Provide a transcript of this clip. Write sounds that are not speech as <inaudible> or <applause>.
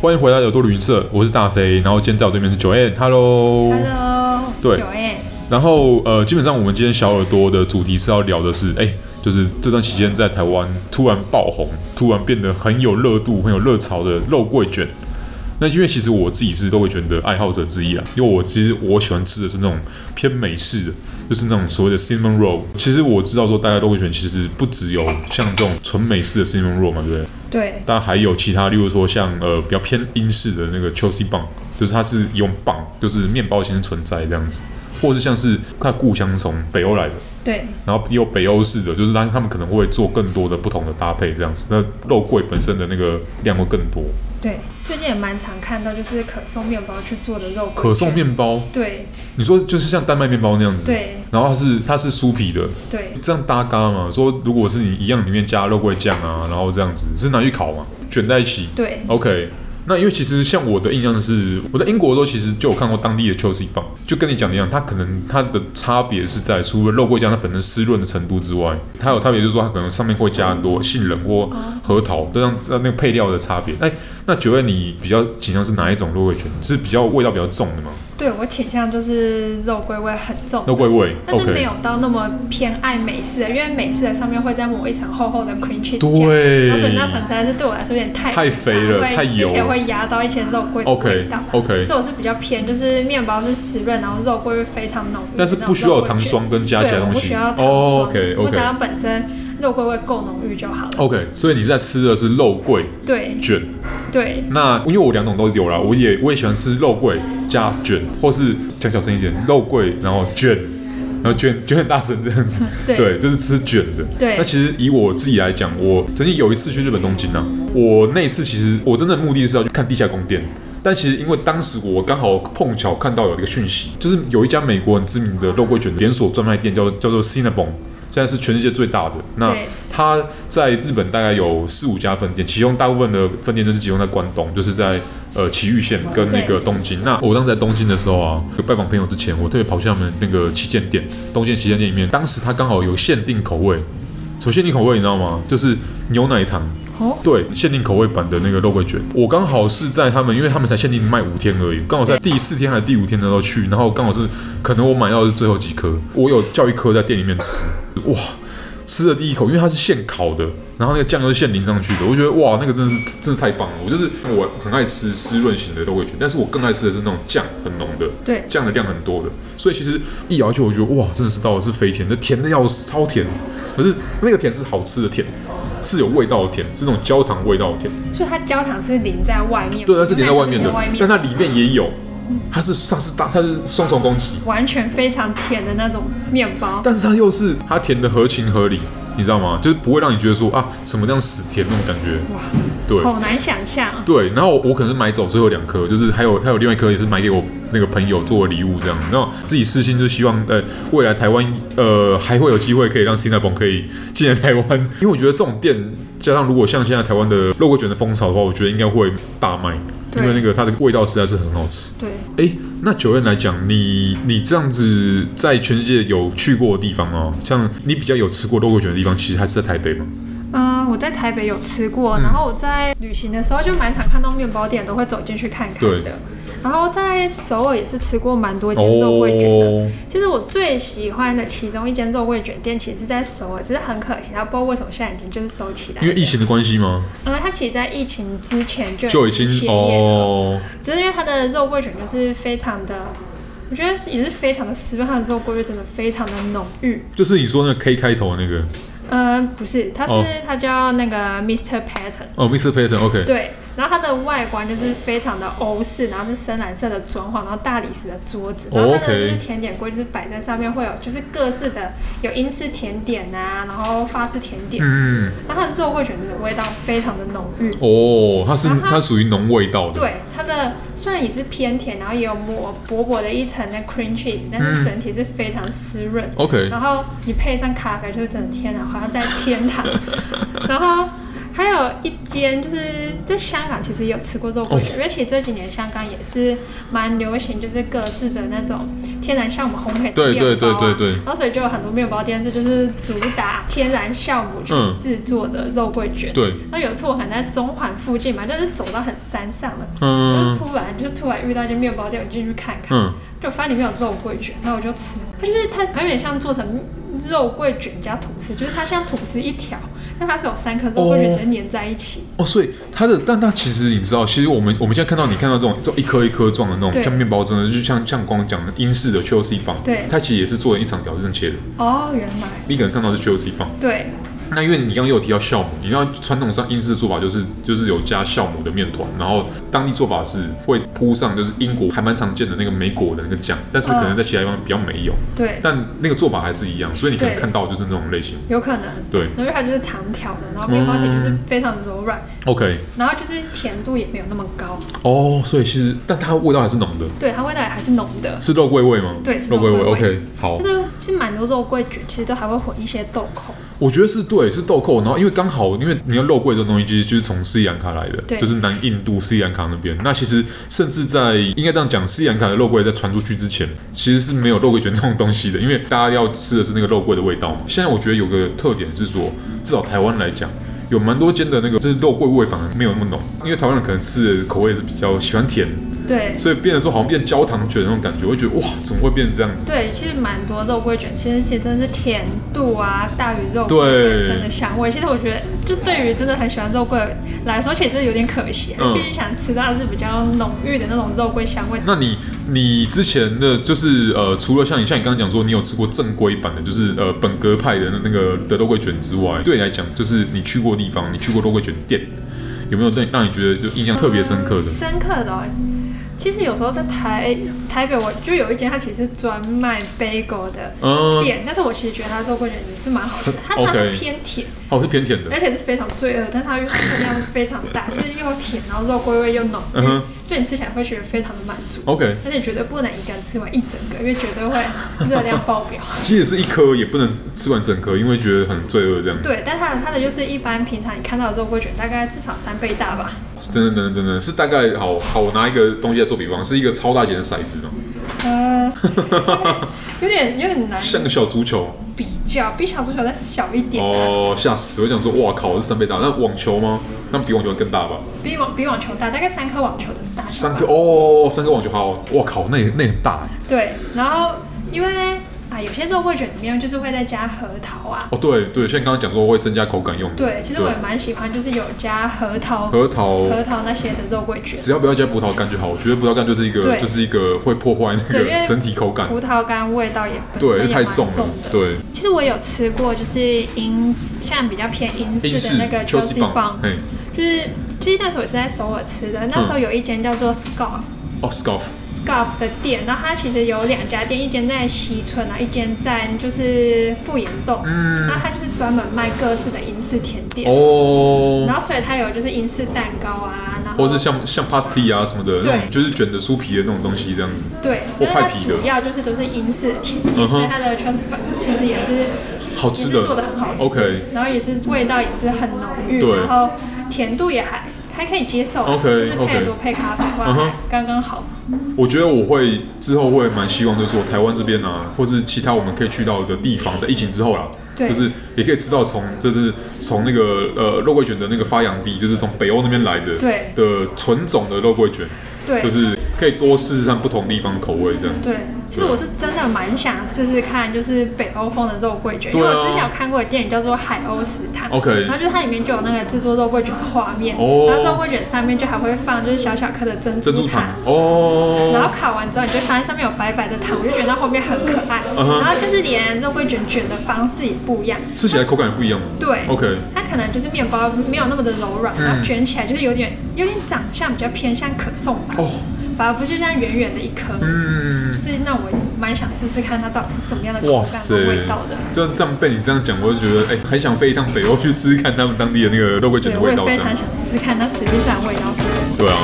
欢迎回到有多旅行社，我是大飞，然后今天在我对面是九 N，Hello。 Hello，对九 N，然后呃，基本上我们今天小耳朵的主题是要聊的是，哎，就是这段期间在台湾突然爆红，突然变得很有热度、很有热潮的肉桂卷。那因为其实我自己是肉桂卷的爱好者之一啊，因为我其实我喜欢吃的是那种偏美式的，就是那种所谓的 cinnamon roll。其实我知道说，大家肉桂卷其实不只有像这种纯美式的 cinnamon roll 嘛，对不对？对但还有其他，例如说像呃比较偏英式的那个 Chelsea 棒，就是它是用棒，就是面包型存在这样子，或者是像是它故乡是从北欧来的，对然后也有北欧式的，就是它他们可能会做更多的不同的搭配这样子，那肉桂本身的那个量会更多。对，最近也蛮常看到，就是可颂面包去做的肉桂可颂卷，面包，对你说就是像丹麦面包那样子，对然后它是它是酥皮的，对，这样搭嘎嘛，说如果是你一样里面加肉桂酱啊，然后这样子是拿去烤嘛，卷在一起，对 OK，那因为其实像我的印象是，我在英国的时候其实就有看过当地的 Chelsea 棒，就跟你讲的一样，它可能它的差别是在除了肉桂酱它本身湿润的程度之外，它有差别就是说它可能上面会加很多杏仁或核桃，这样这样那个配料的差别。哎，那九月你比较倾向是哪一种肉桂卷？是比较味道比较重的吗？对我倾向就是肉桂味很重，肉桂味但是没，OK，有到那么偏爱美式的，因为美式的上面会再抹一层厚厚的 cream cheese 酱，对然后所以那层实在是对我来说有点太太肥了会太油而且会压到一些肉桂的味，OK 道。 OK，所以我是比较偏，就是面包是湿润，然后肉桂会非常浓郁的那种肉桂卷，但是不需要有糖霜跟加对，其他我东不西需要糖霜、哦，OK 我只 OK 要本身肉桂味够浓郁就好了。 OK，所以你在吃的是肉桂对卷。对那因为我两种都有啦，啊我也我也喜欢吃肉桂加卷，或是讲小声一点，肉桂然后卷，然后卷卷很大声这样子。 <laughs> 对就是吃卷的。对那其实以我自己来讲，我曾经有一次去日本东京啊，我那一次其实我真的目的是要去看地下宫殿。但其实，因为当时我刚好碰巧看到有一个讯息，就是有一家美国很知名的肉桂卷连锁专卖店叫叫做 Cinnabon，现在是全世界最大的。那对它在日本大概有四五家分店，其中大部分的分店都是集中在关东，就是在呃崎玉县跟那个对东京。那我当时在东京的时候啊，拜访朋友之前，我特别跑去他们那个旗舰店，东京旗舰店里面，当时它刚好有限定口味，什么限定口味你知道吗？就是牛奶糖。哦对，限定口味版的那个肉桂卷，我刚好是在他们，因为他们才限定卖五天而已，刚好在对第四天还是第五天的时候去，然后刚好是可能我买到的是最后几颗，我有叫一颗在店里面吃，哇，吃了第一口，因为它是现烤的，然后那个酱又是现淋上去的，我觉得哇，那个真的是真的太棒了，我就是我很爱吃湿润型的肉桂卷，但是我更爱吃的是那种酱很浓的，对酱的量很多的，所以其实一咬下去，我觉得哇，真的是到的是肥甜，那甜的要死，超甜，可是那个甜是好吃的甜，是有味道的甜，是那种焦糖味道的甜，所以它焦糖是淋在外面，对，它是牛淋奶在外面的，外但面它里面也有，它是它是大它是双重攻击，完全非常甜的那种面包。但是它又是它甜的合情合理，你知道吗？就是不会让你觉得说啊，怎么这样死甜那种感觉，哇，对。好难想象。啊对，然后我可能是买走最后两颗，就是还有还有另外一颗也是买给我那个朋友做的礼物这样。然后自己私心就希望，呃，未来台湾呃还会有机会可以让 Cinnabon 可以进来台湾， <laughs> 因为我觉得这种店加上如果像现在台湾的肉桂卷的风潮的话，我觉得应该会大卖，因对为那个它的味道实在是很好吃。对，哎，那九院来讲，你你这样子在全世界有去过的地方哦，像你比较有吃过肉桂卷的地方，其实还是在台北嘛。嗯，我在台北有吃嗯过，然后我在旅行的时候就蛮常看到面包店都会走进去看看对的。然后在首尔也是吃过蛮多间肉桂卷哦的。其实我最喜欢的其中一间肉桂卷店，其实是在首尔，只是很可惜，它不知道为什么现在已经就是收起来了。因为疫情的关系吗？呃，它其实，在疫情之前就就已经歇经业了，哦。只是因为它的肉桂卷就是非常的，我觉得也是非常的湿润，它的肉桂味真的非常的浓郁。就是你说那个 K 开头那个呃，不是，它是、哦它叫那个 Mr. Pattern，哦，Mr. Patton OK，对，然后它的外观就是非常的欧式，然后是深蓝色的装潢，然后大理石的桌子，哦然后它的 OK 就是甜点柜就是摆在上面会有就是各式的有英式甜点啊，然后法式甜点，嗯，然后它的肉桂卷的味道非常的浓郁。哦，它是然后它它属于浓味道的，对它的虽然也是偏甜，然后也有抹薄薄的一层的 cream cheese，但嗯是整体是非常湿润。 ，OK，然后你配上咖啡，就是整天啊，好像在天 <laughs> 堂。然后还有一间就是在香港，其哦实也有吃过肉桂卷，而且这几年香港也是蛮流行，就是各式的那种天然酵母烘焙的面包、啊，对对对对对然后所以就有很多面包店是就是主打天然酵母去嗯制作的肉桂卷。对，然后有一次我可能在中环附近嘛，但是走到很山上了，然后嗯突然就突然遇到一间面包店，我进去看看，嗯，就发现里面有肉桂卷，然后我就吃，它就是它有点像做成肉桂卷加吐司，就是它像吐司一条，但它是有三颗肉桂卷哦直接粘在一起。哦，所以它的，但它其实你知道，其实我们我们现在看到你看到这种这种一颗一颗状的那种对像面包，真的就像像光讲的英式的 QC 棒，对它其实也是做成一长条这样切的，哦，原来你可能看到是 QC 棒。对，那因为你刚刚有提到酵母，你知道传统上英式的做法就是就是有加酵母的面团，然后当地做法是会铺上就是英国还蛮常见的那个莓果的那个酱，但是可能在其他地方比较没有，对，但那个做法还是一样，所以你可能对看到就是那种类型。有可能。对然后因为它就是长条的，然后面包体就是非常柔软， ，OK，然后就是甜度也没有那么高，哦，所以其实但它味道还是浓的，对，它味道也还是浓的。是肉桂味吗？对是肉桂味。肉桂味 OK，好但，是其实蛮多肉桂卷其实都还会混一些豆蔻，我觉得是对，是豆蔻，然后因为刚好，因为你看肉桂这种东西，其实就是从斯里兰卡来的，对就是南印度斯里兰卡那边。那其实甚至在应该这样讲，斯里兰卡的肉桂在传出去之前，其实是没有肉桂卷这种东西的，因为大家要吃的是那个肉桂的味道嘛。现在我觉得有个特点是说，至少台湾来讲。有蛮多间的那个，就是肉桂味反而没有那么浓，因为台湾人可能吃的口味是比较喜欢甜，对。所以变得说好像变焦糖卷那种感觉，我会觉得哇，怎么会变成这样子？对，其实蛮多肉桂卷，其实其实真的是甜度啊，大于肉桂对本身的香味。其实我觉得，就对于真的很喜欢肉桂来说，其实有点可惜，啊嗯毕竟想吃到的是比较浓郁的那种肉桂香味。那你你之前的就是呃，除了像你像你刚刚讲说你有吃过正规版的，就是呃本格派的那个的肉桂卷之外，对你来讲，就是你去过的地方，你去过肉桂卷店，有没有让让你觉得就印象特别深刻的？深刻的、哦。其实有时候在台台北，我就有一间，它其实专卖 bagel 的嗯，店，但是我其实觉得它肉桂卷也是蛮好吃的， <laughs> 它 OK 它很偏甜，哦，是偏甜的而，且是非常罪恶，但它又分量非常大，就是又甜，然后肉桂味又浓郁嗯哼所以你吃起来会觉得非常的满足。 ，OK，但是你绝对不能一个人吃完一整个，因为绝对会热量爆 <laughs> 表。其实是一颗也不能吃完整颗，因为觉得很罪恶这样。对，但它的它的就是一般平常你看到的肉桂卷大概至少三倍大吧，等等等等等等，是大概好好，我拿一个东西来做比方，是一个超大型的骰子嘛，呃，有点有点难像个小足球。比较，比小足球再小一点、啊。哦，吓死！我想说，哇靠，是三倍大。那网球吗？那比网球更大吧？比网比网球大，大概三颗网球的大小吧。三个哦，三个网球好，哇靠，那也那也很大哎。对，然后因为啊，有些肉桂卷里面就是会再加核桃啊。哦，对对，像刚刚讲说会增加口感用的。对，其实我也蛮喜欢，就是有加核桃、核桃，核桃那些的肉桂卷。只要不要加葡萄干就好。我觉得葡萄干就是一个对就是一个会破坏那对因个为整体口感，葡萄干味道也本对，身也太蛮重了重。的。对，其实我有吃过，就是英像比较偏英英式式的那个 c h e Josie l 棒棒，，嘿，嗯就是其实那时候也是在首尔吃的，那时候有一间叫做 Scarf，哦，scoff， Scarf 的店，然后它其实有两家店，一间在西村啊，一间在就是富岩洞，嗯然后它就是专门卖各式的英式甜点，然哦，后所以它有就是英式蛋糕啊，然后或是像像 pasty 啊什么的那种，对就是卷的酥皮的那种东西这样子，对，或但是它派皮的主要就是都是英式的甜点，嗯哼所以它的 Trust 其实也是好也吃是做的的。很好吃 OK 然后也是味道也是很浓郁，对然后甜度也还还可以接受啊 OK，就是可 OK 以多配咖啡或嗯哼者刚刚好。我觉得我会之后会蛮希望，就是说台湾这边啊，或是其他我们可以去到的地方，在疫情之后啦，对就是也可以吃到从就是从那个呃肉桂卷的那个发扬地，就是从北欧那边来的，对的纯种的肉桂卷，对，就是可以多试试看不同地方的口味这样子。对，其实我是真的蛮想试试看，就是北欧风的肉桂卷，因对为啊我之前有看过的电影叫做《海鸥食堂》 OK 然后就是它里面就有那个制作肉桂卷的画面，哦然后肉桂卷上面就还会放就是小小颗的珍珍珠珠糖糖。然后哦，烤完之后，你就发现上面有白白的糖，我就觉得那后面很可爱。嗯哼然后就是连肉桂卷卷的方式也不一样，吃起来口感也不一样吗？对，OK，嗯它可能就是面包没有那么的柔软，然后卷起来就是有点有点长相比较偏向可颂吧，哦反而不是像圆圆的一颗。嗯，就是那我蛮想试试看它到底是什么样的口哇感塞和味道的。，就这样被你这样讲，我就觉得哎、很想飞一趟北欧去吃吃看他们当地的那个肉桂卷对，的我味也道这非样常子。想试试看它实际上的味道是什么。对啊，